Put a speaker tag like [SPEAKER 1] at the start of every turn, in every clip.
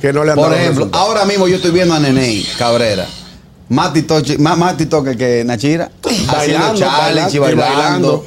[SPEAKER 1] Que no le han
[SPEAKER 2] Por
[SPEAKER 1] dado
[SPEAKER 2] ejemplo,
[SPEAKER 1] resultado.
[SPEAKER 2] ahora mismo yo estoy viendo a Nene Cabrera. Más TikTok, más, más TikTok que- que Nachira. haciendo
[SPEAKER 1] Bailando,
[SPEAKER 2] challenge y
[SPEAKER 1] bailando, y
[SPEAKER 2] bailando.
[SPEAKER 1] bailando.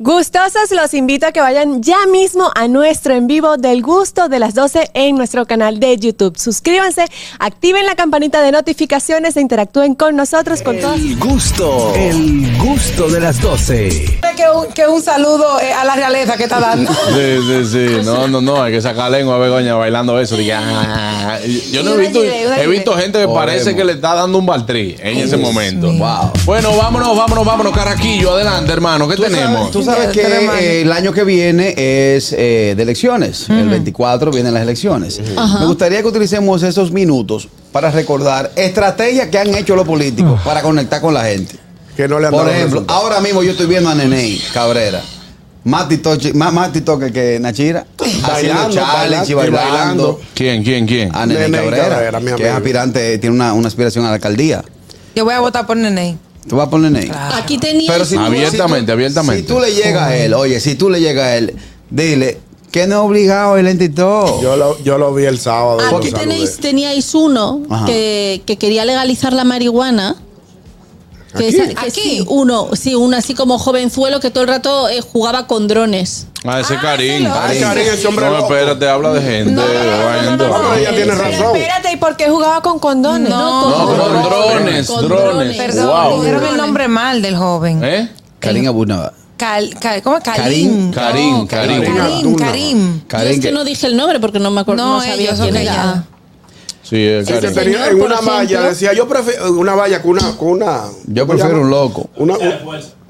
[SPEAKER 3] Gustosos, los invito a que vayan ya mismo a nuestro en vivo del gusto de las 12 en nuestro canal de YouTube. Suscríbanse, activen la campanita de notificaciones e interactúen con nosotros, con todas.
[SPEAKER 4] El gusto, el gusto de las 12.
[SPEAKER 5] que un, que un saludo eh, a la realeza que está dando.
[SPEAKER 6] Sí, sí, sí. No, no, no. Hay que sacar lengua a Begoña bailando eso. Dije, ah. Yo no he
[SPEAKER 3] una
[SPEAKER 6] visto.
[SPEAKER 3] idea, una
[SPEAKER 6] He visto gente que parece que le está dando un baltrí en ese momento. Wow. Bueno, vámonos, vámonos, vámonos, Caraquillo. Adelante, hermano. ¿Qué tenemos?
[SPEAKER 2] Tú sabes que
[SPEAKER 5] Tenemos años.
[SPEAKER 2] eh, el año que viene es eh, de elecciones. El 24 vienen las elecciones. Me gustaría que utilicemos esos minutos para recordar estrategias que han hecho los políticos para conectar con la gente.
[SPEAKER 1] Que no le han
[SPEAKER 2] Por
[SPEAKER 1] dado
[SPEAKER 2] ejemplo,
[SPEAKER 1] resultado.
[SPEAKER 2] ahora mismo yo estoy viendo a Nene Cabrera. Más TikTok, más, más TikTok que Nachira. haciendo
[SPEAKER 1] Bailando,
[SPEAKER 2] challenge y
[SPEAKER 1] bailando, y
[SPEAKER 2] bailando.
[SPEAKER 1] bailando.
[SPEAKER 6] ¿Quién, quién, quién?
[SPEAKER 2] A Nene,
[SPEAKER 1] Nene
[SPEAKER 2] Cabrera,
[SPEAKER 1] Cabrera, mi
[SPEAKER 2] que es
[SPEAKER 1] amigo.
[SPEAKER 2] aspirante, tiene una, una aspiración a la alcaldía.
[SPEAKER 5] Yo voy a votar por Nene.
[SPEAKER 2] ¿Tú vas por Nene?
[SPEAKER 7] Aquí tenía.
[SPEAKER 2] Pero si tú-
[SPEAKER 6] Abiertamente,
[SPEAKER 2] si tú-
[SPEAKER 6] abiertamente.
[SPEAKER 2] Si tú le llegas a él, oye, si tú le llegas a él, dile que no es obligado el entito.
[SPEAKER 1] Yo lo, yo lo vi el sábado. y lo
[SPEAKER 7] Aquí
[SPEAKER 1] saludé.
[SPEAKER 7] tenéis, teníais uno
[SPEAKER 2] Ajá.
[SPEAKER 7] que, que quería legalizar la marihuana. Que, sa- que
[SPEAKER 5] Aquí.
[SPEAKER 7] sí, uno, sí, uno así como jovenzuelo que todo el rato eh, jugaba con drones.
[SPEAKER 6] Ah, ese
[SPEAKER 5] Ah,
[SPEAKER 6] Karim.
[SPEAKER 5] ese loco.
[SPEAKER 1] Ay, Karim, ese hombre
[SPEAKER 6] No,
[SPEAKER 1] loco.
[SPEAKER 6] espérate, habla de gente.
[SPEAKER 7] No, no, no, no,
[SPEAKER 6] vaina.
[SPEAKER 7] no, no, no,
[SPEAKER 1] No, pero ella tiene
[SPEAKER 7] Pero
[SPEAKER 1] razón.
[SPEAKER 3] Espérate, ¿y por qué jugaba con condones?
[SPEAKER 7] No,
[SPEAKER 6] No,
[SPEAKER 7] con
[SPEAKER 6] con drones,
[SPEAKER 7] Con
[SPEAKER 6] drones.
[SPEAKER 5] Perdón,
[SPEAKER 6] Wow.
[SPEAKER 5] dijeron el nombre mal del joven.
[SPEAKER 6] ¿Eh?
[SPEAKER 2] Karim Abunaba.
[SPEAKER 5] Cal- cal- ¿Cómo? Karim.
[SPEAKER 6] Karim,
[SPEAKER 5] No,
[SPEAKER 6] Karim.
[SPEAKER 5] Karim.
[SPEAKER 1] Karim.
[SPEAKER 5] Karim.
[SPEAKER 7] Yo es que no dije el nombre porque no me acuerdo, no,
[SPEAKER 5] No,
[SPEAKER 7] sabía
[SPEAKER 5] ellos
[SPEAKER 7] quién
[SPEAKER 5] ok,
[SPEAKER 7] era.
[SPEAKER 5] ya.
[SPEAKER 6] Sí, es
[SPEAKER 7] Ese
[SPEAKER 6] Karim.
[SPEAKER 7] señor,
[SPEAKER 1] Tenía en
[SPEAKER 7] por
[SPEAKER 1] una
[SPEAKER 7] ejemplo.
[SPEAKER 1] valla, decía, yo prefiero una valla con una. Con una
[SPEAKER 2] Yo
[SPEAKER 1] ¿cómo
[SPEAKER 2] prefiero
[SPEAKER 1] llama?
[SPEAKER 2] un loco.
[SPEAKER 1] Una, un-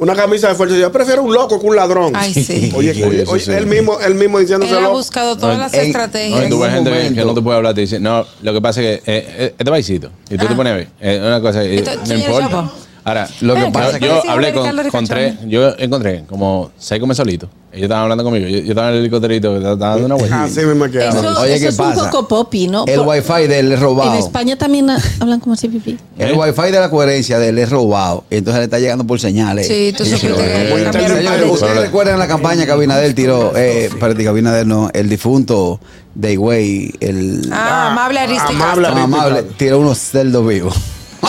[SPEAKER 1] una camisa de fuerza. Yo prefiero un loco que un ladrón.
[SPEAKER 5] Ay, sí.
[SPEAKER 1] Oye,
[SPEAKER 6] Sí,
[SPEAKER 1] oye,
[SPEAKER 6] sí,
[SPEAKER 1] oye,
[SPEAKER 6] sí.
[SPEAKER 1] él mismo, él mismo
[SPEAKER 5] Él
[SPEAKER 1] diciéndose
[SPEAKER 5] ha
[SPEAKER 1] loco.
[SPEAKER 5] buscado todas las
[SPEAKER 2] en-
[SPEAKER 5] estrategias.
[SPEAKER 6] No, y tú ves
[SPEAKER 2] un
[SPEAKER 6] gente que, que no
[SPEAKER 2] momento.
[SPEAKER 6] te puede hablar, te dice, no, lo que pasa es que eh, eh, este paisito. Y tú te pones a ver. eh, una cosa, eh,
[SPEAKER 5] Esto-
[SPEAKER 6] no
[SPEAKER 5] sí, el
[SPEAKER 6] importa.
[SPEAKER 5] chapo.
[SPEAKER 6] Ahora, lo
[SPEAKER 5] Ven
[SPEAKER 6] que
[SPEAKER 5] acá,
[SPEAKER 6] pasa
[SPEAKER 5] ¿qué
[SPEAKER 6] yo
[SPEAKER 5] decía
[SPEAKER 6] hablé
[SPEAKER 5] Ricardo
[SPEAKER 6] con, con tres,
[SPEAKER 5] Ricachón?
[SPEAKER 6] yo encontré como seis comensolitos. Ellos estaban hablando conmigo. Yo, yo estaba en el helicópterito, que estaba dando una vuelta.
[SPEAKER 1] Así mismo es que
[SPEAKER 7] Eso,
[SPEAKER 1] habla.
[SPEAKER 2] Oye,
[SPEAKER 7] eso
[SPEAKER 2] ¿qué
[SPEAKER 7] es
[SPEAKER 2] pasa?
[SPEAKER 7] un poco poppy, ¿no?
[SPEAKER 2] El
[SPEAKER 7] Por-
[SPEAKER 2] wifi de él es
[SPEAKER 7] en
[SPEAKER 2] robado.
[SPEAKER 7] España también ha- hablan como así, pipí.
[SPEAKER 2] El
[SPEAKER 6] ¿Eh?
[SPEAKER 2] wifi de la coherencia de él es robado. Entonces le está llegando por señales.
[SPEAKER 5] Sí, tú supiste
[SPEAKER 6] eh,
[SPEAKER 5] que cambiaron
[SPEAKER 2] Señores,
[SPEAKER 5] país.
[SPEAKER 2] ¿Ustedes
[SPEAKER 6] Pero-
[SPEAKER 2] recuerdan la campaña que Abinader tiró? Eh, espérate, que Abinader no. El difunto de Higüey, el
[SPEAKER 5] Ah, amable Aristi
[SPEAKER 1] amable
[SPEAKER 2] tan
[SPEAKER 5] Castro.
[SPEAKER 2] Ah, amable, tiró unos cerdos vivos.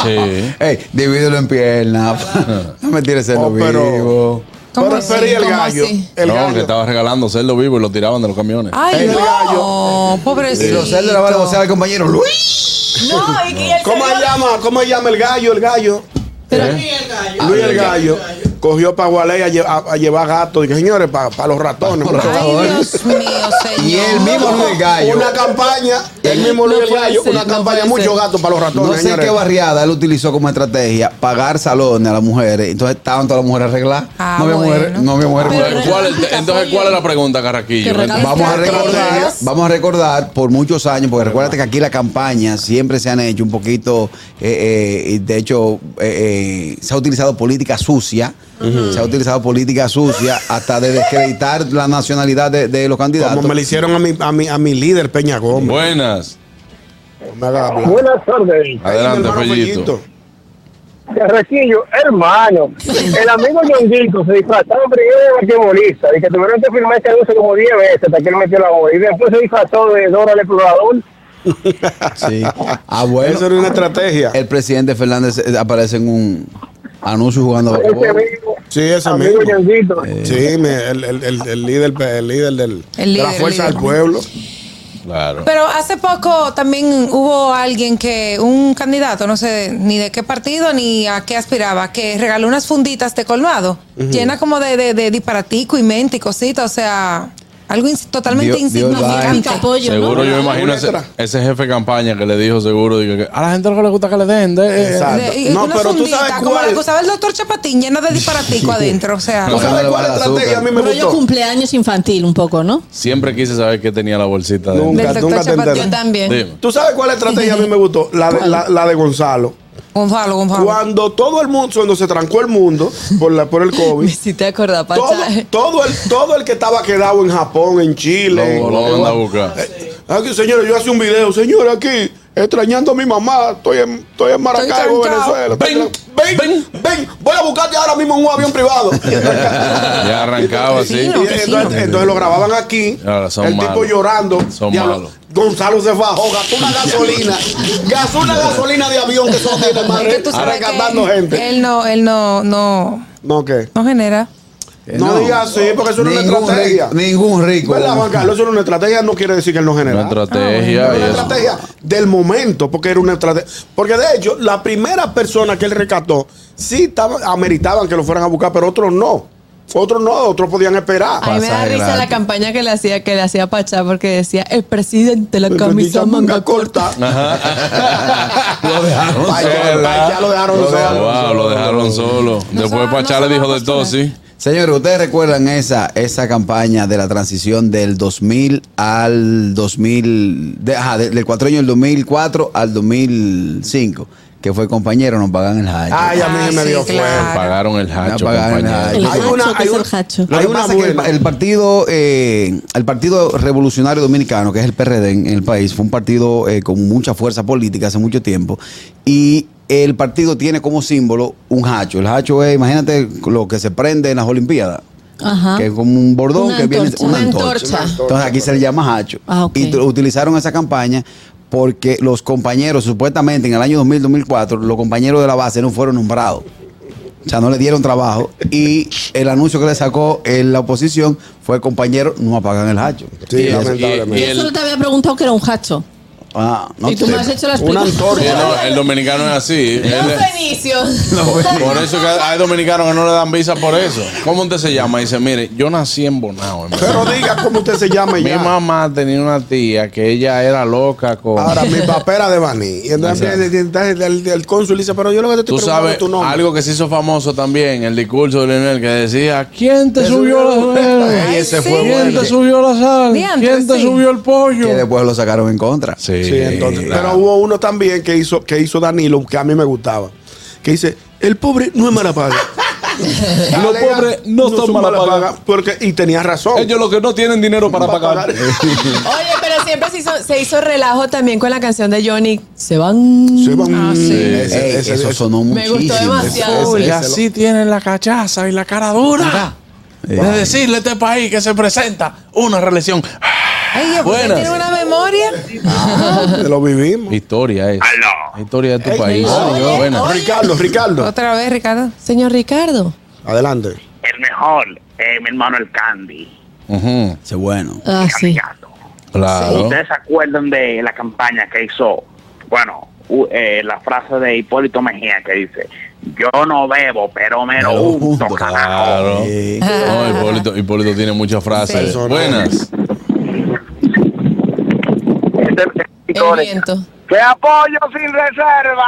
[SPEAKER 6] Sí.
[SPEAKER 2] Ey, divídelo en piernas. no me tires cerdo
[SPEAKER 1] Oh, pero-
[SPEAKER 2] vivo.
[SPEAKER 5] ¿Cómo
[SPEAKER 1] Pero
[SPEAKER 5] así?
[SPEAKER 1] sería el
[SPEAKER 5] ¿Cómo
[SPEAKER 1] gallo.
[SPEAKER 5] así?
[SPEAKER 1] El
[SPEAKER 6] no, que
[SPEAKER 1] gallo.
[SPEAKER 6] estaba regalando cerdo vivo y lo tiraban de los camiones.
[SPEAKER 5] Ay,
[SPEAKER 2] El
[SPEAKER 5] no,
[SPEAKER 2] Y
[SPEAKER 5] pobrecito.
[SPEAKER 2] los cerdos le van a gozar al compañero Luis.
[SPEAKER 3] No, y, y el
[SPEAKER 1] ¿Cómo se
[SPEAKER 3] cerebro-
[SPEAKER 1] llama? ¿Cómo se llama el gallo? El gallo. Luis el gallo cogió para Gualey a, lle- a- a llevar gatos. Dije, señores, para los ratones. por favor.
[SPEAKER 5] Ay, Dios mío, señor.
[SPEAKER 2] Y el mismo Luis el Gallo.
[SPEAKER 1] Una campaña, el mismo
[SPEAKER 7] No
[SPEAKER 1] Luis el
[SPEAKER 7] puede
[SPEAKER 1] gallo,
[SPEAKER 7] ser,
[SPEAKER 1] una
[SPEAKER 7] no
[SPEAKER 1] campaña,
[SPEAKER 7] puede
[SPEAKER 1] muchos
[SPEAKER 7] ser.
[SPEAKER 1] gatos para los ratones.
[SPEAKER 2] No sé
[SPEAKER 1] señores.
[SPEAKER 2] qué barriada él utilizó como estrategia pagar salones a las mujeres. Entonces estaban todas las mujeres arregladas.
[SPEAKER 5] Ah,
[SPEAKER 2] no había
[SPEAKER 5] bueno.
[SPEAKER 2] mujeres, no había mujeres.
[SPEAKER 7] Pero
[SPEAKER 2] con-
[SPEAKER 7] regala
[SPEAKER 6] ¿Cuál es-
[SPEAKER 7] un picafolio.
[SPEAKER 6] entonces, ¿cuál es la pregunta,
[SPEAKER 7] Que
[SPEAKER 6] Carraquillo?
[SPEAKER 7] regala-
[SPEAKER 2] Vamos a
[SPEAKER 5] Estrategias.
[SPEAKER 2] recordar, vamos a recordar por muchos años, porque recuérdate que aquí las campañas siempre se han hecho un poquito, eh, eh, y de hecho, eh, eh, se ha utilizado política sucia, se ha utilizado política sucia hasta de descreditar la nacionalidad de, de los candidatos.
[SPEAKER 1] Como me lo hicieron a mi, a mi, a mi líder, Peña Gómez.
[SPEAKER 6] Buenas.
[SPEAKER 1] No me haga hablar.
[SPEAKER 8] Buenas tardes.
[SPEAKER 1] Ahí, mi
[SPEAKER 6] Adelante,
[SPEAKER 1] hermano
[SPEAKER 6] Fellito.
[SPEAKER 1] Fellito.
[SPEAKER 8] Carraquillo, hermano. El amigo Yonguito se disfrazó primero de basquetbolista y que tuvieron que firmar ese anuncio como 10 veces hasta que él metió la bola. Y después se disfrazó de Dora el explorador.
[SPEAKER 2] Sí. Ah, bueno,
[SPEAKER 1] Eso era una estrategia.
[SPEAKER 2] el presidente Fernández eh, aparece en un anuncio jugando
[SPEAKER 8] Ese
[SPEAKER 2] basquetbol.
[SPEAKER 8] mismo.
[SPEAKER 1] Sí, ese
[SPEAKER 8] amigo
[SPEAKER 1] mismo. Eh,
[SPEAKER 8] Yonguito.
[SPEAKER 1] Sí, me- el, el- el- el líder, el líder del,
[SPEAKER 5] El
[SPEAKER 1] de la
[SPEAKER 5] líder, el
[SPEAKER 1] fuerza
[SPEAKER 5] líder.
[SPEAKER 1] del pueblo.
[SPEAKER 6] Claro.
[SPEAKER 5] Pero hace poco también hubo alguien que, un candidato, no sé ni de qué partido ni a qué aspiraba, que regaló unas funditas de colmado, llena como de, de, de disparatico y mente y cositas, o sea, algo ins- totalmente
[SPEAKER 2] Dio- dio
[SPEAKER 5] insignificante.
[SPEAKER 2] like.
[SPEAKER 7] Capollo, ¿no?
[SPEAKER 6] Seguro yo me
[SPEAKER 1] Una
[SPEAKER 6] imagino ese,
[SPEAKER 1] letra.
[SPEAKER 6] ese jefe de campaña que le dijo seguro digo, que a la gente lo que le gusta que le den. de- eh,
[SPEAKER 1] Exacto.
[SPEAKER 5] De- y
[SPEAKER 1] No,
[SPEAKER 5] una
[SPEAKER 1] pero tú
[SPEAKER 5] fundita,
[SPEAKER 1] sabes
[SPEAKER 5] como la
[SPEAKER 1] cuál.
[SPEAKER 5] que usaba el doctor Chapatín, llena de disparatico adentro, o sea.
[SPEAKER 1] ¿Tú
[SPEAKER 2] No,
[SPEAKER 1] sabes
[SPEAKER 2] no le
[SPEAKER 1] cuál
[SPEAKER 2] va a dar
[SPEAKER 1] estrategia a
[SPEAKER 2] azúcar.
[SPEAKER 1] mí me
[SPEAKER 7] Rollo
[SPEAKER 1] gustó?
[SPEAKER 7] cumpleaños infantil, un poco, ¿no?
[SPEAKER 6] Siempre quise saber qué tenía la bolsita. dentro.
[SPEAKER 1] Nunca,
[SPEAKER 5] Del doctor
[SPEAKER 1] nunca te
[SPEAKER 5] Chapatín.
[SPEAKER 1] enteras.
[SPEAKER 5] Yo también.
[SPEAKER 6] Dime.
[SPEAKER 1] ¿Tú sabes cuál estrategia a mí me gustó? La de, la, la de Gonzalo.
[SPEAKER 5] Gonzalo, Gonzalo.
[SPEAKER 1] Cuando todo el mundo, cuando se trancó el mundo por, la, por el COVID,
[SPEAKER 7] Si te acuerdas,
[SPEAKER 1] todo, todo, el, todo el que estaba quedado en Japón, en Chile,
[SPEAKER 6] Lo-
[SPEAKER 1] en-
[SPEAKER 6] lo van a buscar.
[SPEAKER 1] Eh, Aquí, señores, yo hacía un video, señor, aquí, extrañando a mi mamá, estoy en, estoy en Maracaibo,
[SPEAKER 5] Estoy trancado.
[SPEAKER 1] Venezuela.
[SPEAKER 6] Ven,
[SPEAKER 1] ven, ven, voy a buscarte ahora mismo en un avión privado.
[SPEAKER 6] Ya arrancaba
[SPEAKER 1] Y
[SPEAKER 6] así.
[SPEAKER 1] entonces, entonces lo grababan aquí,
[SPEAKER 6] Ahora son
[SPEAKER 1] el tipo
[SPEAKER 6] malos.
[SPEAKER 1] llorando.
[SPEAKER 6] Son
[SPEAKER 1] diablo,
[SPEAKER 6] malos.
[SPEAKER 1] Gonzalo se fajó, gastó una gasolina, gastó una gasolina de avión que son tiene
[SPEAKER 5] Es que
[SPEAKER 1] madre,
[SPEAKER 5] tú sabes
[SPEAKER 1] rescatando
[SPEAKER 5] que
[SPEAKER 1] gente.
[SPEAKER 5] Él no, él no, no,
[SPEAKER 1] No, ¿qué?
[SPEAKER 5] no genera.
[SPEAKER 1] No, diga así, porque eso no es una
[SPEAKER 2] Ningún
[SPEAKER 1] estrategia.
[SPEAKER 2] rico- Ningún rico.
[SPEAKER 1] ¿Verdad, Juan Carlos? Eso era una estrategia, no quiere decir que él no
[SPEAKER 6] Una
[SPEAKER 1] genera.
[SPEAKER 6] estrategia.
[SPEAKER 1] Era
[SPEAKER 6] y eso.
[SPEAKER 1] una Ah, estrategia del momento, porque era una estrategia. Porque de hecho, la primera persona que él rescató, sí estaba, ameritaban que lo fueran a buscar, pero otros no. Otros no, otros podían esperar.
[SPEAKER 3] A mí me da
[SPEAKER 2] Pasa de
[SPEAKER 3] risa
[SPEAKER 2] grande.
[SPEAKER 3] la campaña que le hacía que le hacía Pachá porque decía el presidente la camisa manga corta.
[SPEAKER 2] Lo dejaron
[SPEAKER 1] Pa' allá,
[SPEAKER 2] solo.
[SPEAKER 1] pa' allá lo dejaron
[SPEAKER 2] Lo
[SPEAKER 1] solo.
[SPEAKER 6] Wow, lo dejaron solo.
[SPEAKER 5] No
[SPEAKER 6] Después
[SPEAKER 5] se va-
[SPEAKER 6] Pachá
[SPEAKER 5] no
[SPEAKER 6] le
[SPEAKER 5] se va
[SPEAKER 6] dijo
[SPEAKER 5] a
[SPEAKER 6] de todo, sí.
[SPEAKER 2] Señores, ¿ustedes recuerdan esa, esa campaña de la transición del 2000 al 2000, de- ajá, de- del cuatrenio del 2004 al 2005? Que fue compañero, nos pagan el high.
[SPEAKER 1] Ay, a mí
[SPEAKER 5] Ah,
[SPEAKER 1] se me
[SPEAKER 5] sí,
[SPEAKER 1] dio
[SPEAKER 5] claro.
[SPEAKER 1] fuego.
[SPEAKER 6] Pagaron el hacho,
[SPEAKER 2] Apagaron el
[SPEAKER 6] compañero.
[SPEAKER 2] hacho.
[SPEAKER 7] El hacho, que es el hacho.
[SPEAKER 2] Lo
[SPEAKER 1] hay
[SPEAKER 2] que
[SPEAKER 1] una
[SPEAKER 2] pasa es que el,
[SPEAKER 1] buena.
[SPEAKER 2] el partido, eh, el partido revolucionario dominicano, que es el PRD en el país, fue un partido eh, con mucha fuerza política hace mucho tiempo y el partido tiene como símbolo un hacho. El hacho es, imagínate lo que se prende en las Olimpiadas.
[SPEAKER 7] Ajá.
[SPEAKER 2] Que es como un bordón
[SPEAKER 7] Una
[SPEAKER 2] que viene
[SPEAKER 7] antorcha. Una antorcha.
[SPEAKER 2] Entonces aquí se le llama hacho.
[SPEAKER 7] Ah, ok.
[SPEAKER 2] Y tu- utilizaron esa campaña porque los compañeros, supuestamente en el año 2000-2004, los compañeros de la base no fueron nombrados. O sea, no le dieron trabajo. Y el anuncio que le sacó en la oposición fue, compañero, no apagan el hacho.
[SPEAKER 1] Sí,
[SPEAKER 6] Y-
[SPEAKER 1] lamentablemente.
[SPEAKER 6] y- y
[SPEAKER 7] Yo solo te había preguntado que era un hacho.
[SPEAKER 2] Ah, no
[SPEAKER 7] y tú
[SPEAKER 2] sé.
[SPEAKER 7] me has hecho las
[SPEAKER 1] Una
[SPEAKER 7] preguntas.
[SPEAKER 6] Sí,
[SPEAKER 1] antorcha.
[SPEAKER 6] no, el dominicano es así. Él es-
[SPEAKER 7] Los fenicios.
[SPEAKER 6] Por eso que hay dominicanos que no le dan visa por eso. ¿Cómo usted se llama? Dice, mire, yo nací en Bonao. hermano.
[SPEAKER 1] Pero diga cómo usted se llama y
[SPEAKER 6] Mi
[SPEAKER 1] ya.
[SPEAKER 6] mamá tenía una tía que ella era loca con...
[SPEAKER 1] Ahora, mi papera de Baní. Y entonces viene el, el, el cónsul y dice, pero yo lo que te estoy
[SPEAKER 6] Tú
[SPEAKER 1] preguntando
[SPEAKER 6] sabes,
[SPEAKER 1] es tu nombre.
[SPEAKER 6] algo que se hizo famoso también, el discurso de Leonel que decía, ¿quién te
[SPEAKER 1] Te
[SPEAKER 6] subió la
[SPEAKER 1] subió-
[SPEAKER 6] suela?
[SPEAKER 1] Ay, ese fue
[SPEAKER 6] ¿Quién
[SPEAKER 1] bueno.
[SPEAKER 6] te subió la sal?
[SPEAKER 5] Diantre,
[SPEAKER 6] ¿Quién te
[SPEAKER 5] sí.
[SPEAKER 6] subió el pollo?
[SPEAKER 2] Que después lo sacaron en contra.
[SPEAKER 6] Sí,
[SPEAKER 1] Sí, entonces,
[SPEAKER 6] claro.
[SPEAKER 1] Pero hubo uno también que hizo, que hizo Danilo, que a mí me gustaba. Que dice, el pobre no es mala paga.
[SPEAKER 6] Los
[SPEAKER 1] Alega,
[SPEAKER 6] pobres no son mala paga.
[SPEAKER 1] Porque, y tenía razón.
[SPEAKER 6] Ellos los que no tienen dinero para
[SPEAKER 1] Para
[SPEAKER 6] pagar. Ah,
[SPEAKER 1] pagar.
[SPEAKER 3] Oye, pero siempre se hizo, se hizo relajo también con la canción de Johnny. Se van.
[SPEAKER 1] Se van-
[SPEAKER 5] Ah, sí.
[SPEAKER 1] Ese-
[SPEAKER 2] Ey,
[SPEAKER 1] ese-
[SPEAKER 2] eso
[SPEAKER 1] ese-
[SPEAKER 2] sonó
[SPEAKER 3] Me
[SPEAKER 2] muchísimo.
[SPEAKER 3] gustó demasiado.
[SPEAKER 2] Ese- ese-
[SPEAKER 6] Y
[SPEAKER 2] ese-
[SPEAKER 6] así tienen la cachaza y la cara dura. De decirle a este país que se presenta una reelección.
[SPEAKER 5] Ay, yo
[SPEAKER 6] Buenas.
[SPEAKER 5] tiene una memoria.
[SPEAKER 1] Lo vivimos.
[SPEAKER 6] Historia es. Historia de tu
[SPEAKER 1] Ey,
[SPEAKER 6] país.
[SPEAKER 1] oye,
[SPEAKER 6] Buenas. Buenas.
[SPEAKER 1] Ricardo, Ricardo.
[SPEAKER 5] Otra vez, Ricardo.
[SPEAKER 3] Señor Ricardo.
[SPEAKER 1] Adelante.
[SPEAKER 9] El mejor, eh, mi hermano el Candy.
[SPEAKER 6] Ujú,
[SPEAKER 2] ese bueno.
[SPEAKER 7] Ah, sí.
[SPEAKER 9] Gato.
[SPEAKER 6] Claro.
[SPEAKER 9] ¿Ustedes se acuerdan de la campaña que hizo? Bueno, u- eh, la frase de Hipólito Mejía que dice, yo no bebo, pero me
[SPEAKER 2] Me
[SPEAKER 9] lo
[SPEAKER 2] lo
[SPEAKER 9] unto,
[SPEAKER 2] unto,
[SPEAKER 9] carajo.
[SPEAKER 6] Claro.
[SPEAKER 2] Eh,
[SPEAKER 6] No, Hipólito, Hipólito tiene muchas frases.
[SPEAKER 1] Sí.
[SPEAKER 6] Buenas.
[SPEAKER 9] Este- este
[SPEAKER 7] El
[SPEAKER 9] picor es-
[SPEAKER 7] viento.
[SPEAKER 8] Que apoyo sin reserva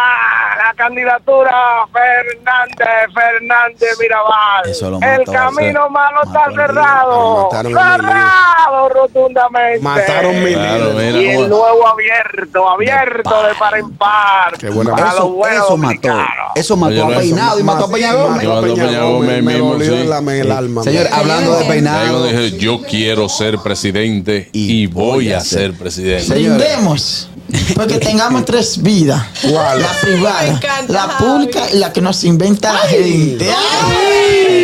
[SPEAKER 8] la candidatura Fernández, Fernández Mirabal.
[SPEAKER 2] Eso lo
[SPEAKER 8] El
[SPEAKER 2] mató,
[SPEAKER 8] camino malo
[SPEAKER 2] ese- mató
[SPEAKER 8] está
[SPEAKER 2] al
[SPEAKER 8] cerrado.
[SPEAKER 1] Mataron a Emilio.
[SPEAKER 8] Cerrado rotundamente.
[SPEAKER 1] Mataron mi
[SPEAKER 6] Claro,
[SPEAKER 1] líder.
[SPEAKER 6] mira
[SPEAKER 8] Y el
[SPEAKER 6] cómo-
[SPEAKER 8] nuevo abierto, abierto de par en par.
[SPEAKER 1] Qué buena
[SPEAKER 8] para
[SPEAKER 2] Eso,
[SPEAKER 8] los buenos
[SPEAKER 2] eso mató.
[SPEAKER 8] dominicanos.
[SPEAKER 2] Eso mató
[SPEAKER 6] Oye,
[SPEAKER 2] a
[SPEAKER 6] eso
[SPEAKER 2] Peinado y mató a Peña Gómez.
[SPEAKER 6] Yo mató a Peña Gómez
[SPEAKER 1] Me
[SPEAKER 6] mismo,
[SPEAKER 1] dolió
[SPEAKER 6] sí.
[SPEAKER 1] en la- en el alma.
[SPEAKER 2] Eh, Señor,
[SPEAKER 1] man.
[SPEAKER 2] hablando de
[SPEAKER 5] Ahí
[SPEAKER 6] Ahí cuando
[SPEAKER 2] Peinado.
[SPEAKER 6] dije, yo quiero ser presidente y voy a ser presidente.
[SPEAKER 2] Señores.
[SPEAKER 10] Brindemos. Porque tengamos tres vidas.
[SPEAKER 1] ¿Cuál?
[SPEAKER 10] La privada,
[SPEAKER 3] Me encanta,
[SPEAKER 10] la pública y la que nos inventa la gente.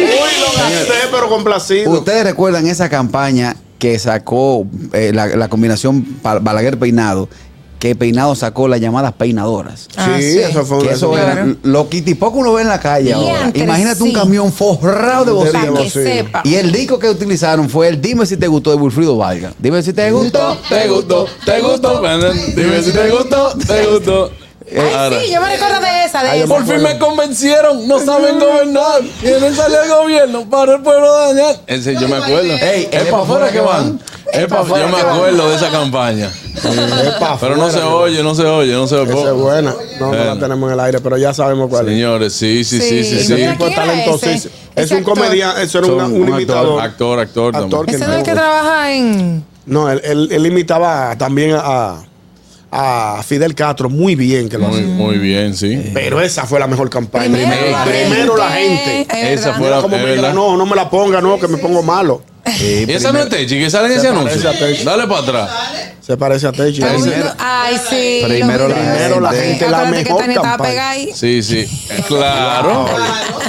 [SPEAKER 1] Uy, lo gasté, pero complacido.
[SPEAKER 2] Ustedes recuerdan esa campaña que sacó eh, la, la combinación Balaguer Peinado, que Peinado sacó las llamadas peinadoras.
[SPEAKER 1] Sí, eso fue
[SPEAKER 2] Ah, Que eso
[SPEAKER 1] era-
[SPEAKER 2] era lo poco uno ve en la calle ahora.
[SPEAKER 5] Diantre,
[SPEAKER 2] Imagínate un
[SPEAKER 5] sí.
[SPEAKER 2] camión forrado de
[SPEAKER 5] Para
[SPEAKER 1] Del
[SPEAKER 2] bocinas.
[SPEAKER 1] diablo,
[SPEAKER 5] que
[SPEAKER 1] sí.
[SPEAKER 5] sepa.
[SPEAKER 2] Y el disco que utilizaron fue el Dime si te gustó de Wilfrido Valga. Dime si te gustó.
[SPEAKER 6] te gustó, te gustó, dime si te gustó, te gustó.
[SPEAKER 11] Eh,
[SPEAKER 5] Ay, sí, yo me recuerdo de esa, de
[SPEAKER 1] Ay, yo
[SPEAKER 5] esa.
[SPEAKER 1] me acuerdo.
[SPEAKER 6] convencieron, no saben gobernar, quieren salir al gobierno para el pueblo dañar. Ese yo me acuerdo.
[SPEAKER 2] Ey,
[SPEAKER 6] es para afuera que van. Es pa' yo me acuerdo de esa campaña.
[SPEAKER 1] Es pa'
[SPEAKER 6] Pero no
[SPEAKER 1] afuera,
[SPEAKER 6] se
[SPEAKER 1] que-
[SPEAKER 6] oye, no se oye, no se
[SPEAKER 1] Esa es
[SPEAKER 6] oye.
[SPEAKER 1] buena. No, no la
[SPEAKER 6] Bueno.
[SPEAKER 1] tenemos en el aire, pero ya sabemos cuál es.
[SPEAKER 6] Señores, sí, sí, sí, sí,
[SPEAKER 5] Sí,
[SPEAKER 6] sí.
[SPEAKER 5] mira,
[SPEAKER 1] Tipo
[SPEAKER 5] ¿Quién era
[SPEAKER 1] talentosísimo.
[SPEAKER 5] ese?
[SPEAKER 1] Es
[SPEAKER 5] Ese
[SPEAKER 1] un
[SPEAKER 5] actor.
[SPEAKER 1] comediante, eso era un,
[SPEAKER 6] Son
[SPEAKER 1] un imitador.
[SPEAKER 6] Actor, actor, actor.
[SPEAKER 1] Actor
[SPEAKER 6] también.
[SPEAKER 5] Ese no es el que
[SPEAKER 1] no.
[SPEAKER 5] trabaja en.
[SPEAKER 1] No, él, él- él imitaba también a, a Fidel Castro muy bien que lo
[SPEAKER 6] Muy,
[SPEAKER 1] hacía.
[SPEAKER 6] muy bien, sí.
[SPEAKER 1] Pero esa fue la mejor campaña.
[SPEAKER 6] Primero la
[SPEAKER 1] Primero la gente.
[SPEAKER 5] Es
[SPEAKER 6] Esa
[SPEAKER 5] verdad.
[SPEAKER 6] fue
[SPEAKER 1] Era
[SPEAKER 6] la
[SPEAKER 1] como
[SPEAKER 6] es
[SPEAKER 1] que
[SPEAKER 6] verdad.
[SPEAKER 1] no, no me la ponga, no, que me pongo malo.
[SPEAKER 6] Y esa no es Techi, que sale en ese anuncio.
[SPEAKER 1] parece a Techi.
[SPEAKER 6] Dale para atrás.
[SPEAKER 1] Se parece a Techi.
[SPEAKER 5] Estamos
[SPEAKER 1] Ahí.
[SPEAKER 5] viendo- Ay, sí. los
[SPEAKER 2] Primero la
[SPEAKER 5] videos.
[SPEAKER 1] Primero la gente, la
[SPEAKER 5] Acuérdate que
[SPEAKER 1] mejor
[SPEAKER 5] Tania estaba
[SPEAKER 1] campaña.
[SPEAKER 5] pegada ahí.
[SPEAKER 6] Sí, sí. Eh, Claro.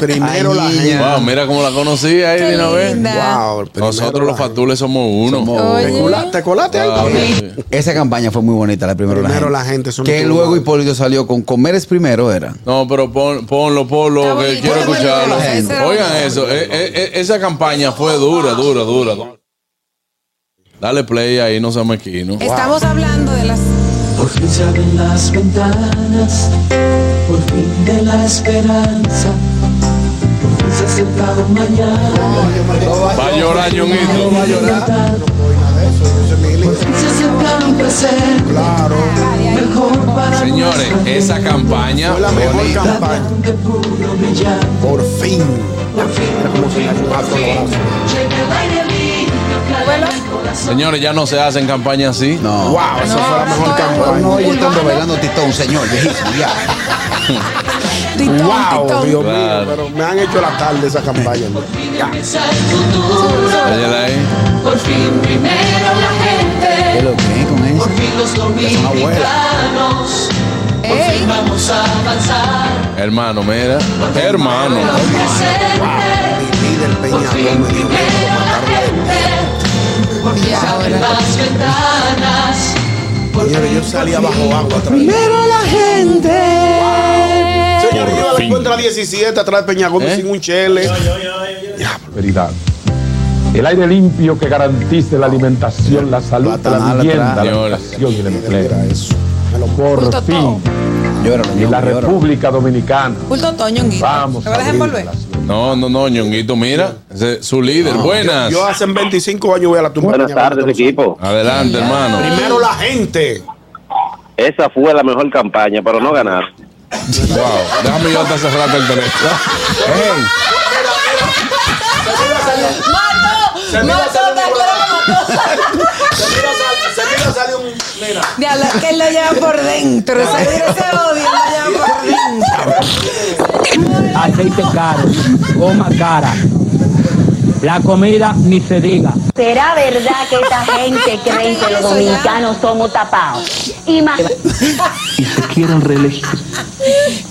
[SPEAKER 1] Primero la
[SPEAKER 2] Ay,
[SPEAKER 1] gente.
[SPEAKER 2] niña.
[SPEAKER 6] Wow, mira cómo la conocí ahí de una vez.
[SPEAKER 5] linda.
[SPEAKER 1] Wow, primero
[SPEAKER 6] Nosotros los
[SPEAKER 1] la
[SPEAKER 6] fatules somos uno.
[SPEAKER 5] uno.
[SPEAKER 1] gente. ¿Te cola- ¿Te colaste ahí
[SPEAKER 6] Wow,
[SPEAKER 1] también?
[SPEAKER 6] sí.
[SPEAKER 2] Esa campaña fue muy bonita, la primero,
[SPEAKER 1] Primero
[SPEAKER 2] la
[SPEAKER 1] la
[SPEAKER 2] gente.
[SPEAKER 1] gente, eso no
[SPEAKER 2] que
[SPEAKER 1] tuvo
[SPEAKER 2] luego
[SPEAKER 1] nada.
[SPEAKER 2] Hipólito salió con comer es primero, era.
[SPEAKER 6] No, pero pon- ponlo,
[SPEAKER 5] Está
[SPEAKER 6] ponlo, que
[SPEAKER 5] bonito,
[SPEAKER 6] quiero
[SPEAKER 5] está bonito,
[SPEAKER 6] escucharlo.
[SPEAKER 5] la gente.
[SPEAKER 6] Oigan eso, eh, eh, eh, esa campaña fue dura, dura, dura. Dale play ahí, no se me quino.
[SPEAKER 5] Estamos hablando de las.
[SPEAKER 4] Por fin se abren las ventanas, por fin de la esperanza, por fin se acerca un mañana,
[SPEAKER 6] Va a llorar, Ñonguito.
[SPEAKER 4] por fin se acerca un presente, mejor para
[SPEAKER 6] Señores,
[SPEAKER 4] nuestra
[SPEAKER 6] esa
[SPEAKER 4] vida,
[SPEAKER 6] campaña.
[SPEAKER 1] Fue la mejor
[SPEAKER 6] bonita.
[SPEAKER 1] campaña.
[SPEAKER 4] que pudo brillar,
[SPEAKER 1] Por fin.
[SPEAKER 4] por fin,
[SPEAKER 1] Mira cómo se la- ah, con los brazos.
[SPEAKER 4] llega el aire limpio que alegra el corazón.
[SPEAKER 6] Señores, ya no se hacen campañas así.
[SPEAKER 2] No.
[SPEAKER 1] Wow, esa
[SPEAKER 5] No,
[SPEAKER 1] fue la
[SPEAKER 5] ahora
[SPEAKER 1] mejor
[SPEAKER 5] todo es
[SPEAKER 1] campaña.
[SPEAKER 2] No, yo estando bailando titón, señor. viejísimo, ya.
[SPEAKER 5] Titón,
[SPEAKER 1] Wow,
[SPEAKER 5] titón.
[SPEAKER 1] Dios mío,
[SPEAKER 6] Claro.
[SPEAKER 1] pero me han hecho la tarde esa campaña. ¿no? Ya.
[SPEAKER 4] Empieza el futuro,
[SPEAKER 6] Óyela ahí.
[SPEAKER 4] por fin primero la
[SPEAKER 2] ¿Qué
[SPEAKER 4] gente,
[SPEAKER 2] lo que es con eso?
[SPEAKER 4] por fin los dominicanos, por fin vamos a avanzar.
[SPEAKER 6] Hermano, mira. Hermano.
[SPEAKER 1] Mi líder Peñalón me dijo que iba a matar a él.
[SPEAKER 5] Y ahora.
[SPEAKER 1] Señores, yo salí abajo agua atrás. Primero la gente. Señores, yo la encuentro a 17 atrás de Peña Gómez
[SPEAKER 6] ¿Eh?
[SPEAKER 1] sin un chele.
[SPEAKER 11] prosperidad. El aire limpio que garantice la alimentación, la salud, la
[SPEAKER 2] Platanal
[SPEAKER 11] vivienda,
[SPEAKER 6] atrás.
[SPEAKER 11] la educación y el empleo.
[SPEAKER 5] Justo
[SPEAKER 11] Por
[SPEAKER 5] todo.
[SPEAKER 11] fin,
[SPEAKER 2] Llóralo,
[SPEAKER 11] en la
[SPEAKER 2] ñongo, llóralo.
[SPEAKER 11] República Dominicana
[SPEAKER 5] Pulto Toño, Ñonguito.
[SPEAKER 11] vamos a
[SPEAKER 5] ¿Me vas a dejar
[SPEAKER 11] abrir
[SPEAKER 5] volver?
[SPEAKER 11] las
[SPEAKER 6] No, no, no, Ñonguito, mira. Ese- Su líder. Buenas.
[SPEAKER 1] Yo hace 25 años voy a la tumba. de
[SPEAKER 9] Buenas
[SPEAKER 1] Peña Gómez,
[SPEAKER 9] tardes,
[SPEAKER 1] te lo sabes.
[SPEAKER 9] equipo.
[SPEAKER 6] Adelante, hermano.
[SPEAKER 1] Primero la gente.
[SPEAKER 9] Esa fue la mejor campaña, pero no ganar.
[SPEAKER 6] Wow. Déjame yo hasta cerrar el teléfono.
[SPEAKER 2] Ey,
[SPEAKER 1] Se me iba a salir un Se me iba a salir- se me iba a salir un. Mira.
[SPEAKER 5] Ya, la- que él la lleva por dentro. Ese, ese odio él la lleva por dentro.
[SPEAKER 4] aceite caro, goma cara. La comida ni se diga.
[SPEAKER 12] ¿Será verdad que esta gente cree que los dominicanos somos tapados? Imagínate.
[SPEAKER 4] Y te quieren reelegir.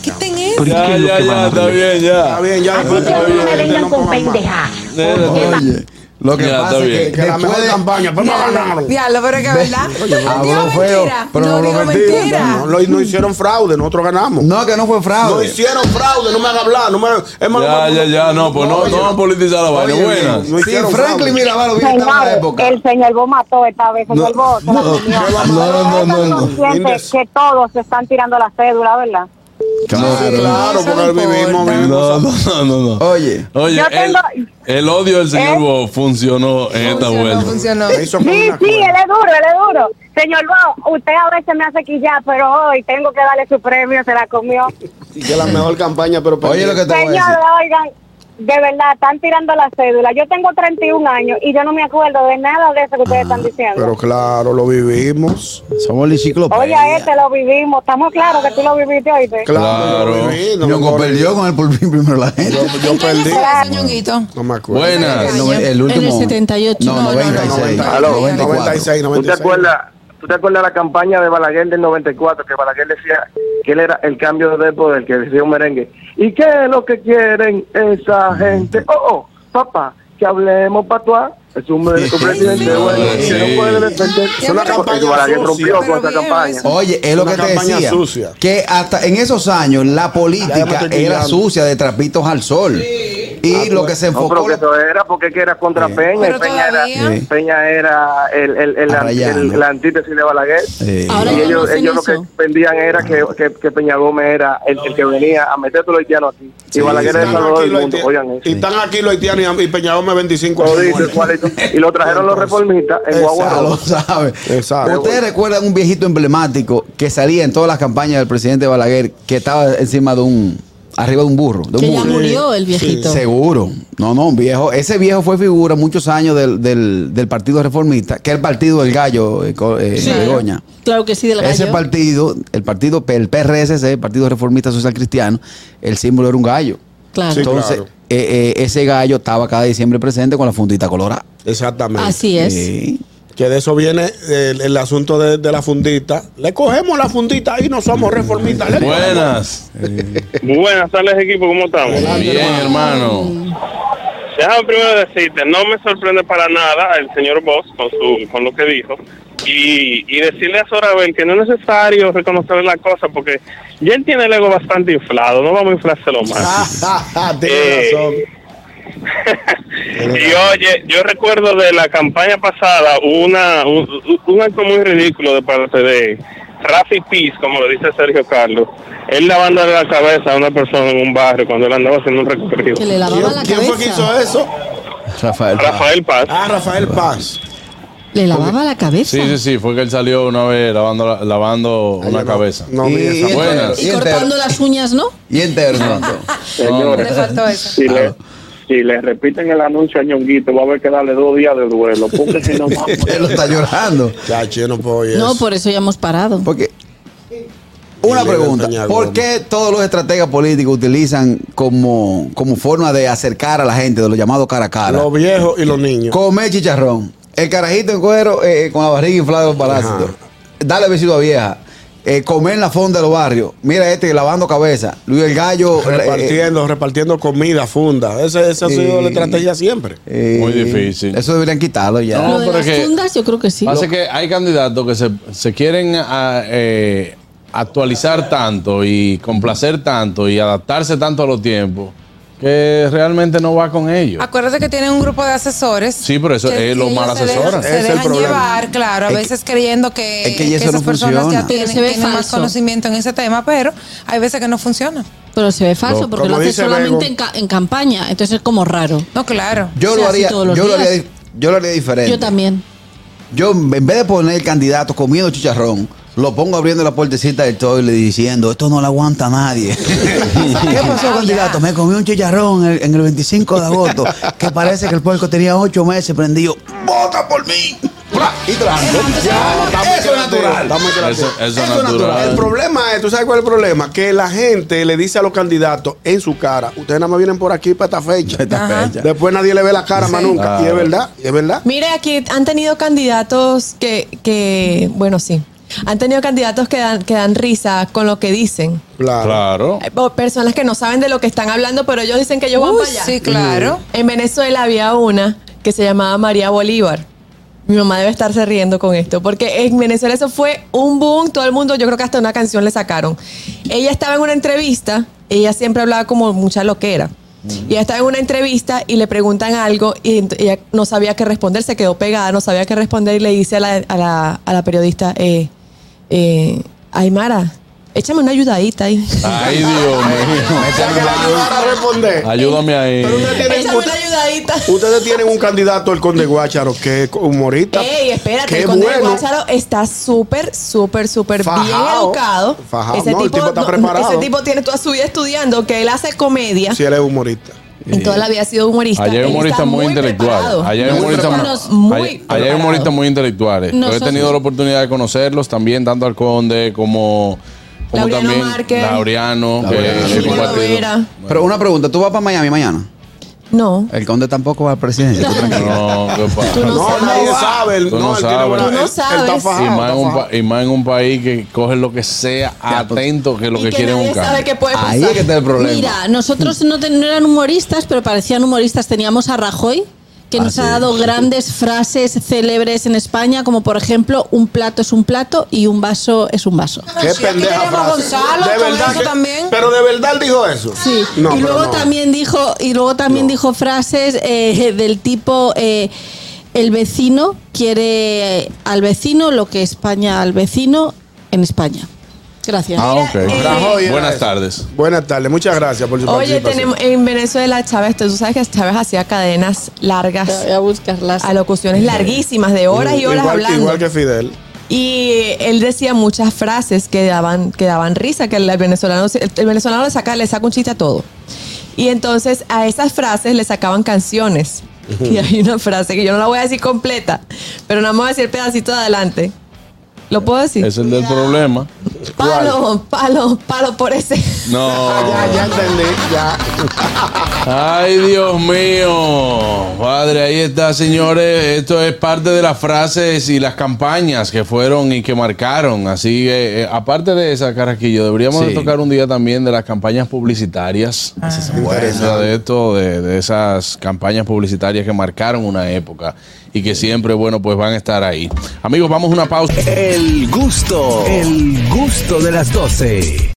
[SPEAKER 5] Quiten eso.
[SPEAKER 4] ¿Por qué
[SPEAKER 6] Ya,
[SPEAKER 4] es lo
[SPEAKER 6] ya,
[SPEAKER 4] que van
[SPEAKER 6] ya,
[SPEAKER 4] a
[SPEAKER 6] está
[SPEAKER 4] reelegir?
[SPEAKER 6] bien,
[SPEAKER 1] Está
[SPEAKER 6] ya.
[SPEAKER 1] bien, ya.
[SPEAKER 12] Así que no me vengan con pendejadas.
[SPEAKER 2] Oye, lo que
[SPEAKER 6] Ya,
[SPEAKER 2] pasa
[SPEAKER 6] está
[SPEAKER 2] es
[SPEAKER 6] bien.
[SPEAKER 2] que
[SPEAKER 1] Que la mejor
[SPEAKER 2] después de-
[SPEAKER 1] campaña. Pero no ganaron.
[SPEAKER 5] Diablo, pero que verdad. No
[SPEAKER 2] habló
[SPEAKER 5] digo
[SPEAKER 2] feo,
[SPEAKER 5] mentira.
[SPEAKER 2] pero
[SPEAKER 5] No
[SPEAKER 2] no lo
[SPEAKER 5] digo
[SPEAKER 2] mentí.
[SPEAKER 5] mentira.
[SPEAKER 1] No, lo- no hicieron fraude, nosotros ganamos.
[SPEAKER 2] No, que no fue
[SPEAKER 1] No
[SPEAKER 2] fraude.
[SPEAKER 1] hicieron fraude, no me hagan hablar. No me hagan- es más,
[SPEAKER 6] Ya,
[SPEAKER 1] no-
[SPEAKER 6] ya, ya. No, pues no,
[SPEAKER 1] oye,
[SPEAKER 6] no van a politizar la vaina.
[SPEAKER 2] Oye,
[SPEAKER 6] Buenas.
[SPEAKER 1] no
[SPEAKER 2] Si
[SPEAKER 1] hicieron fraude.
[SPEAKER 2] Franklin Mirabal hubiera estado en la época.
[SPEAKER 12] el señor Bo mató esta vez, señor Bo. se la comió.
[SPEAKER 2] no, no, no,
[SPEAKER 12] Están
[SPEAKER 2] no.
[SPEAKER 12] conscientes que todos se están tirando la cédula, ¿verdad?
[SPEAKER 1] Claro,
[SPEAKER 5] Eso no
[SPEAKER 1] porque vivimos,
[SPEAKER 5] importa.
[SPEAKER 1] vivimos.
[SPEAKER 6] No, no, no, no, no.
[SPEAKER 2] Oye,
[SPEAKER 6] Oye,
[SPEAKER 12] Yo
[SPEAKER 6] el,
[SPEAKER 12] tengo-
[SPEAKER 6] el odio del señor Bo funcionó en esta
[SPEAKER 5] Funcionó,
[SPEAKER 6] vuelta.
[SPEAKER 5] funcionó.
[SPEAKER 1] Me hizo con
[SPEAKER 12] Sí,
[SPEAKER 1] una
[SPEAKER 12] sí,
[SPEAKER 1] cuerda.
[SPEAKER 12] él es duro, él es duro. Señor Bo, usted a veces me hace quillar, pero hoy tengo que darle su premio, se la comió.
[SPEAKER 1] Y que la mejor campaña, pero
[SPEAKER 2] oye lo que te voy a decir.
[SPEAKER 12] Señor, oigan, de verdad, están tirando la cédula. Yo tengo 31 años y yo no me acuerdo de nada de eso que ustedes están diciendo.
[SPEAKER 1] Ah, Pero claro, lo vivimos.
[SPEAKER 2] Somos la
[SPEAKER 12] Oye,
[SPEAKER 2] enciclopedia.
[SPEAKER 12] este lo vivimos. Estamos claros que tú lo viviste, oíste.
[SPEAKER 1] Claro,
[SPEAKER 6] Claro.
[SPEAKER 1] lo viví. No, me
[SPEAKER 2] Ñongo
[SPEAKER 1] acuerdo.
[SPEAKER 2] perdió con el por fin primero la gente.
[SPEAKER 1] Yo, yo perdí.
[SPEAKER 5] Ese Ñonguito.
[SPEAKER 1] No me acuerdo.
[SPEAKER 6] Buenas.
[SPEAKER 2] El, no- el último.
[SPEAKER 7] En el 78.
[SPEAKER 2] No,
[SPEAKER 5] No, no,
[SPEAKER 2] 96.
[SPEAKER 1] 90,
[SPEAKER 9] Aló.
[SPEAKER 2] 94.
[SPEAKER 1] 96, 96.
[SPEAKER 9] ¿Tú te acuerdas? ¿Tú te acuerdas la campaña de Balaguer del 94? Que Balaguer decía que él era el cambio de poder, que decía un merengue. ¿Y qué es lo que quieren esa gente? Oh, oh, papá, que hablemos patuá. Es un, mere- un presidente bueno.
[SPEAKER 6] Sí.
[SPEAKER 9] que no puede defender.
[SPEAKER 5] Es una
[SPEAKER 1] campaña
[SPEAKER 9] Porque Balaguer
[SPEAKER 1] sucia.
[SPEAKER 9] rompió con
[SPEAKER 5] Pero
[SPEAKER 9] esa
[SPEAKER 5] bien,
[SPEAKER 9] campaña.
[SPEAKER 5] eso.
[SPEAKER 2] Oye, es lo
[SPEAKER 1] Una
[SPEAKER 2] que te
[SPEAKER 1] campaña
[SPEAKER 2] decía.
[SPEAKER 1] sucia.
[SPEAKER 2] Que hasta en esos años la
[SPEAKER 1] Ya, ya me
[SPEAKER 2] política
[SPEAKER 1] estoy
[SPEAKER 2] era
[SPEAKER 1] pillando.
[SPEAKER 2] sucia de trapitos al sol. Y lo que se
[SPEAKER 9] No, pero
[SPEAKER 2] enfocó.
[SPEAKER 9] que eso era porque que era contra Peña.
[SPEAKER 5] Pero
[SPEAKER 9] y Peña era,
[SPEAKER 5] todavía.
[SPEAKER 2] Sí.
[SPEAKER 9] Peña era el, el, el, el,
[SPEAKER 2] Arrayano.
[SPEAKER 9] el- la antítesis de Balaguer.
[SPEAKER 2] Sí.
[SPEAKER 7] Ahora
[SPEAKER 9] y
[SPEAKER 7] ya no
[SPEAKER 9] ellos,
[SPEAKER 7] hacen
[SPEAKER 9] ellos lo que
[SPEAKER 7] eso.
[SPEAKER 9] vendían era que, que, que Peña Gómez era el, el que venía a meter a los haitianos aquí.
[SPEAKER 2] Sí,
[SPEAKER 9] y Balaguer
[SPEAKER 2] sí.
[SPEAKER 9] era el salvador del
[SPEAKER 1] los
[SPEAKER 9] mundo. Oigan
[SPEAKER 1] haitianos.
[SPEAKER 9] eso.
[SPEAKER 1] Y están aquí los haitianos y, y Peñalome 25
[SPEAKER 9] Lo
[SPEAKER 1] años.
[SPEAKER 9] dice,
[SPEAKER 1] muertos.
[SPEAKER 9] ¿cuál es? Y lo trajeron los reformistas en Guagua
[SPEAKER 2] Ya lo
[SPEAKER 9] Roja.
[SPEAKER 2] sabe.
[SPEAKER 1] Exacto.
[SPEAKER 2] Ustedes recuerdan un viejito emblemático que salía en todas las campañas del presidente Balaguer que estaba encima de un. arriba de un burro. De un
[SPEAKER 7] Que ya
[SPEAKER 2] burro.
[SPEAKER 7] murió el viejito.
[SPEAKER 2] Seguro. No, no, un viejo. Ese viejo fue figura muchos años del, del, del Partido Reformista, que es el Partido del Gallo, eh, co- eh,
[SPEAKER 7] Sí.
[SPEAKER 2] Begoña.
[SPEAKER 7] Claro que sí, del gallo.
[SPEAKER 2] Ese partido, el partido, P- el PRSC, el Partido Reformista Social Cristiano, el símbolo era un gallo.
[SPEAKER 7] Claro.
[SPEAKER 1] Sí.
[SPEAKER 2] Entonces,
[SPEAKER 1] claro.
[SPEAKER 2] eh, eh, ese gallo estaba cada diciembre presente con la fundita colorada.
[SPEAKER 1] Exactamente.
[SPEAKER 7] Así es.
[SPEAKER 2] Sí.
[SPEAKER 1] Que de eso viene el, el asunto de, de la fundita. Le cogemos la fundita y no somos reformistas. Le cogemos.
[SPEAKER 6] Buenas.
[SPEAKER 13] Buenas tardes, equipo, ¿cómo estamos?
[SPEAKER 6] Bien, hermano.
[SPEAKER 13] Déjame primero decirte, no me sorprende para nada el señor Voss con, su, con lo que dijo. Y, y decirle a Sorabel que no es necesario reconocer la cosa porque ya él tiene el ego bastante inflado, no vamos a inflárselo más. Eh, y oye, yo recuerdo de la campaña pasada una un, un acto muy ridículo de parte de Rafi Piz, como lo dice Sergio Carlos. Él lavándole la cabeza a una persona en un barrio cuando él andaba haciendo un recorrido.
[SPEAKER 7] Que le lavaba la
[SPEAKER 1] ¿Quién fue que
[SPEAKER 7] cabeza.
[SPEAKER 1] hizo eso?
[SPEAKER 2] Rafael.
[SPEAKER 13] Rafael Paz.
[SPEAKER 1] Ah, Rafael Paz.
[SPEAKER 7] Le lavaba la cabeza.
[SPEAKER 6] Sí, sí, sí, fue que él salió una vez lavando, la- lavando una cabeza.
[SPEAKER 1] no
[SPEAKER 2] vi esa.
[SPEAKER 6] Buenas.
[SPEAKER 2] Y entero.
[SPEAKER 7] Cortando las uñas, ¿no?
[SPEAKER 2] Y entero, Santo.
[SPEAKER 13] Señores,
[SPEAKER 7] Le faltó eso.
[SPEAKER 13] si le, si le repiten el anuncio a Ñonguito, va a haber que darle dos días de duelo. Porque si no, vamos.
[SPEAKER 2] Él lo está llorando.
[SPEAKER 1] Chacho, yo no puedo oír
[SPEAKER 7] No,
[SPEAKER 1] eso.
[SPEAKER 7] por eso ya hemos parado.
[SPEAKER 2] Porque. Una
[SPEAKER 1] Elena
[SPEAKER 2] pregunta,
[SPEAKER 1] Peña
[SPEAKER 2] ¿por
[SPEAKER 1] Gómez.
[SPEAKER 2] qué todos los estrategas políticos utilizan como, como forma de acercar a la gente, de los llamados cara a cara?
[SPEAKER 1] Los viejos y los niños.
[SPEAKER 2] Comer chicharrón, el carajito en cuero eh, con la barriga inflada de los parásitos, darle besito a vieja, eh, comer en la fonda de los barrios, mira este lavando cabeza, Luis el Gallo... eh,
[SPEAKER 1] Repartiendo, repartiendo comida, funda. Ese- esa ha sido
[SPEAKER 2] Sí.
[SPEAKER 1] la estrategia siempre.
[SPEAKER 2] eh,
[SPEAKER 6] Muy difícil.
[SPEAKER 2] Eso deberían quitarlo ya.
[SPEAKER 6] No,
[SPEAKER 7] Lo de
[SPEAKER 6] pero
[SPEAKER 7] las
[SPEAKER 6] que-
[SPEAKER 7] fundas, yo creo que sí.
[SPEAKER 6] Pasa que hay candidatos que se, se quieren a- eh, actualizar tanto y complacer tanto y adaptarse tanto a los tiempos que realmente no va con ellos.
[SPEAKER 5] Acuérdate que tienen un grupo de asesores.
[SPEAKER 6] Sí, pero eso
[SPEAKER 5] que-
[SPEAKER 6] es lo
[SPEAKER 5] que
[SPEAKER 6] mal
[SPEAKER 5] ellos se dejan-
[SPEAKER 6] asesoran.
[SPEAKER 5] Se
[SPEAKER 1] Es el
[SPEAKER 5] dejan
[SPEAKER 1] problema.
[SPEAKER 5] llevar, claro, a
[SPEAKER 2] Es que-
[SPEAKER 5] veces creyendo que,
[SPEAKER 2] es que ya eso
[SPEAKER 5] esas
[SPEAKER 2] no
[SPEAKER 5] personas
[SPEAKER 2] funciona.
[SPEAKER 5] ya tienen,
[SPEAKER 7] se ve
[SPEAKER 5] tienen más
[SPEAKER 7] falso.
[SPEAKER 5] conocimiento en ese tema, pero hay veces que no funciona.
[SPEAKER 7] Pero se ve falso
[SPEAKER 1] No,
[SPEAKER 7] porque lo
[SPEAKER 1] como
[SPEAKER 7] hace
[SPEAKER 1] dice
[SPEAKER 7] solamente
[SPEAKER 1] Bego.
[SPEAKER 7] en, ca- en campaña. Entonces es como raro.
[SPEAKER 5] No, claro.
[SPEAKER 2] Yo,
[SPEAKER 7] O sea,
[SPEAKER 2] lo
[SPEAKER 7] así
[SPEAKER 2] haría, yo,
[SPEAKER 7] todos los
[SPEAKER 2] lo
[SPEAKER 7] días.
[SPEAKER 2] haría, di- yo lo haría diferente.
[SPEAKER 7] Yo también.
[SPEAKER 2] Yo, en vez de poner el candidato comiendo chicharrón, lo pongo abriendo la puertecita del toile diciendo, esto no lo aguanta nadie. ¿Qué pasó, candidato? Me comí un chicharrón en el, en el 25 de agosto, que parece que el puerco tenía ocho meses prendido. ¡Vota por mí! ¡Pra! Y trajo. Ya, Eso es natural.
[SPEAKER 1] Estamos en la-
[SPEAKER 6] Eso, eso
[SPEAKER 2] Eso
[SPEAKER 6] es
[SPEAKER 2] es
[SPEAKER 6] natural.
[SPEAKER 1] El problema es, ¿tú sabes cuál es el problema? Que la gente le dice a los candidatos en su cara, ustedes nada más vienen por aquí para esta fecha.
[SPEAKER 2] Esta fecha.
[SPEAKER 1] Después nadie le ve la cara más nunca. Y es verdad, y es verdad.
[SPEAKER 3] Mire, aquí han tenido candidatos que, que bueno, sí. Han tenido candidatos que dan, que dan risa con lo que dicen.
[SPEAKER 1] Claro.
[SPEAKER 6] Claro.
[SPEAKER 3] Eh, o Personas que no saben de lo que están hablando, pero ellos dicen que ellos van
[SPEAKER 5] Uy,
[SPEAKER 3] para allá.
[SPEAKER 5] sí, claro.
[SPEAKER 3] En Venezuela había una que se llamaba María Bolívar. Mi mamá debe estarse riendo con esto, porque en Venezuela eso fue un boom, todo el mundo, yo creo que hasta una canción le sacaron. Ella estaba en una entrevista, ella siempre hablaba como mucha loquera. Y ella estaba en una entrevista y le preguntan algo y ent- ella no sabía qué responder, se quedó pegada, no sabía qué responder y le dice a la, a la- a la periodista, eh, eh, Aymara, échame una ayudadita ahí.
[SPEAKER 6] Ay, Dios mío.
[SPEAKER 1] O sea, que le ayudara a responder.
[SPEAKER 6] Ayúdame ahí.
[SPEAKER 1] Pero ustedes tienen,
[SPEAKER 3] Échame una
[SPEAKER 1] ustedes-
[SPEAKER 3] ayudadita.
[SPEAKER 1] ustedes tienen un candidato, el conde Guácharo, que es humorista.
[SPEAKER 3] Ey, espérate,
[SPEAKER 1] Qué
[SPEAKER 3] el conde de
[SPEAKER 1] bueno.
[SPEAKER 3] Guácharo está súper, súper, súper bien
[SPEAKER 1] Fajao.
[SPEAKER 3] educado.
[SPEAKER 1] Fajao, no, el tipo está preparado.
[SPEAKER 3] Ese tipo tiene toda su vida estudiando, que él hace comedia.
[SPEAKER 1] Si él es humorista.
[SPEAKER 3] En toda la vida ha sido humorista.
[SPEAKER 6] Allá hay
[SPEAKER 3] Él
[SPEAKER 6] humoristas
[SPEAKER 3] está
[SPEAKER 6] muy intelectuales.
[SPEAKER 3] preparado.
[SPEAKER 6] Allá hay
[SPEAKER 7] Muy
[SPEAKER 6] humoristas
[SPEAKER 7] preparados.
[SPEAKER 6] muy,
[SPEAKER 7] Muy
[SPEAKER 6] allá- allá hay humoristas
[SPEAKER 7] preparados.
[SPEAKER 6] muy intelectuales. Yo he
[SPEAKER 7] Nosotros-
[SPEAKER 6] tenido la oportunidad de conocerlos también, tanto al Conde como, como
[SPEAKER 3] Laureano
[SPEAKER 6] también
[SPEAKER 3] Márquez.
[SPEAKER 6] Laureano, que
[SPEAKER 2] Laureano.
[SPEAKER 6] he
[SPEAKER 2] Julio
[SPEAKER 6] compartido.
[SPEAKER 3] Lovera.
[SPEAKER 2] Pero una pregunta, ¿tú vas para Miami mañana?
[SPEAKER 3] No.
[SPEAKER 2] El conde tampoco va al presidente. tú tranquilo.
[SPEAKER 6] No, qué pasa.
[SPEAKER 3] Tú
[SPEAKER 1] No,
[SPEAKER 3] sabes.
[SPEAKER 1] nadie sabe. él-
[SPEAKER 6] Tú
[SPEAKER 1] no,
[SPEAKER 6] no
[SPEAKER 1] él tiene
[SPEAKER 6] sabes.
[SPEAKER 1] buena-
[SPEAKER 6] Tú no
[SPEAKER 1] él- él está
[SPEAKER 3] sabes.
[SPEAKER 1] fajado,
[SPEAKER 6] y, más
[SPEAKER 1] está
[SPEAKER 6] en un
[SPEAKER 1] fajado.
[SPEAKER 6] pa- y más en un país que coge lo que sea
[SPEAKER 1] pues.
[SPEAKER 6] atento que lo
[SPEAKER 3] Y
[SPEAKER 6] que, quiere
[SPEAKER 3] nadie
[SPEAKER 6] un
[SPEAKER 3] sabe
[SPEAKER 6] carro.
[SPEAKER 3] qué puede pasar.
[SPEAKER 2] Ahí es que está el problema.
[SPEAKER 7] Mira, nosotros no, ten- no eran humoristas, pero parecían humoristas. Teníamos a Rajoy, que nos
[SPEAKER 2] Ah,
[SPEAKER 7] ha
[SPEAKER 2] sí.
[SPEAKER 7] dado grandes frases célebres en España, como por ejemplo, un plato es un plato y un vaso es un vaso.
[SPEAKER 1] Qué
[SPEAKER 5] Sí, aquí
[SPEAKER 1] pendeja
[SPEAKER 5] tenemos a
[SPEAKER 1] frase.
[SPEAKER 5] Gonzalo
[SPEAKER 1] De
[SPEAKER 5] con
[SPEAKER 1] verdad
[SPEAKER 5] eso
[SPEAKER 1] que-
[SPEAKER 5] también.
[SPEAKER 1] Pero de verdad él dijo eso.
[SPEAKER 7] Sí.
[SPEAKER 1] No,
[SPEAKER 7] y
[SPEAKER 1] pero
[SPEAKER 7] luego
[SPEAKER 1] no.
[SPEAKER 7] también dijo y luego también dijo frases eh, del tipo eh, el vecino quiere al vecino lo que España al vecino en España. Gracias.
[SPEAKER 6] Ah, ok.
[SPEAKER 3] Mira, eh,
[SPEAKER 1] Rajoy era
[SPEAKER 6] Buenas
[SPEAKER 1] eso.
[SPEAKER 6] tardes.
[SPEAKER 1] Buenas tardes, muchas gracias por su
[SPEAKER 3] Oye,
[SPEAKER 1] participación.
[SPEAKER 3] tenemos en Venezuela Chávez, tú sabes que Chávez hacía cadenas largas,
[SPEAKER 7] Voy a buscarlas.
[SPEAKER 3] alocuciones larguísimas de horas y horas
[SPEAKER 1] igual,
[SPEAKER 3] hablando.
[SPEAKER 1] Igual que Fidel.
[SPEAKER 3] Y él decía muchas frases que daban, que daban risa, que el venezolano, se- el venezolano le, saca, le saca un chiste a todo. Y entonces a esas frases le sacaban canciones. Y hay una frase que yo no la voy a decir completa, pero no vamos a decir el pedacito de adelante. ¿Lo puedo decir?
[SPEAKER 6] Es el del problema.
[SPEAKER 3] Palo, palo, palo por ese.
[SPEAKER 6] No.
[SPEAKER 14] Ya, ya entendí, ya.
[SPEAKER 6] Ay, Dios mío. Padre, ahí está, señores. Esto es parte de las frases y las campañas que fueron y que marcaron. Así que, eh, aparte de esa, Carraquillo, deberíamos de
[SPEAKER 4] Sí.
[SPEAKER 6] tocar un día también de las campañas publicitarias.
[SPEAKER 1] Ah.
[SPEAKER 4] buenas.
[SPEAKER 6] O sea, de esto, de, de esas campañas publicitarias que marcaron una época y que siempre, bueno, pues van a estar ahí.
[SPEAKER 11] Eh,
[SPEAKER 6] Amigos, vamos a una pausa.
[SPEAKER 2] El gusto, el gusto de las 12.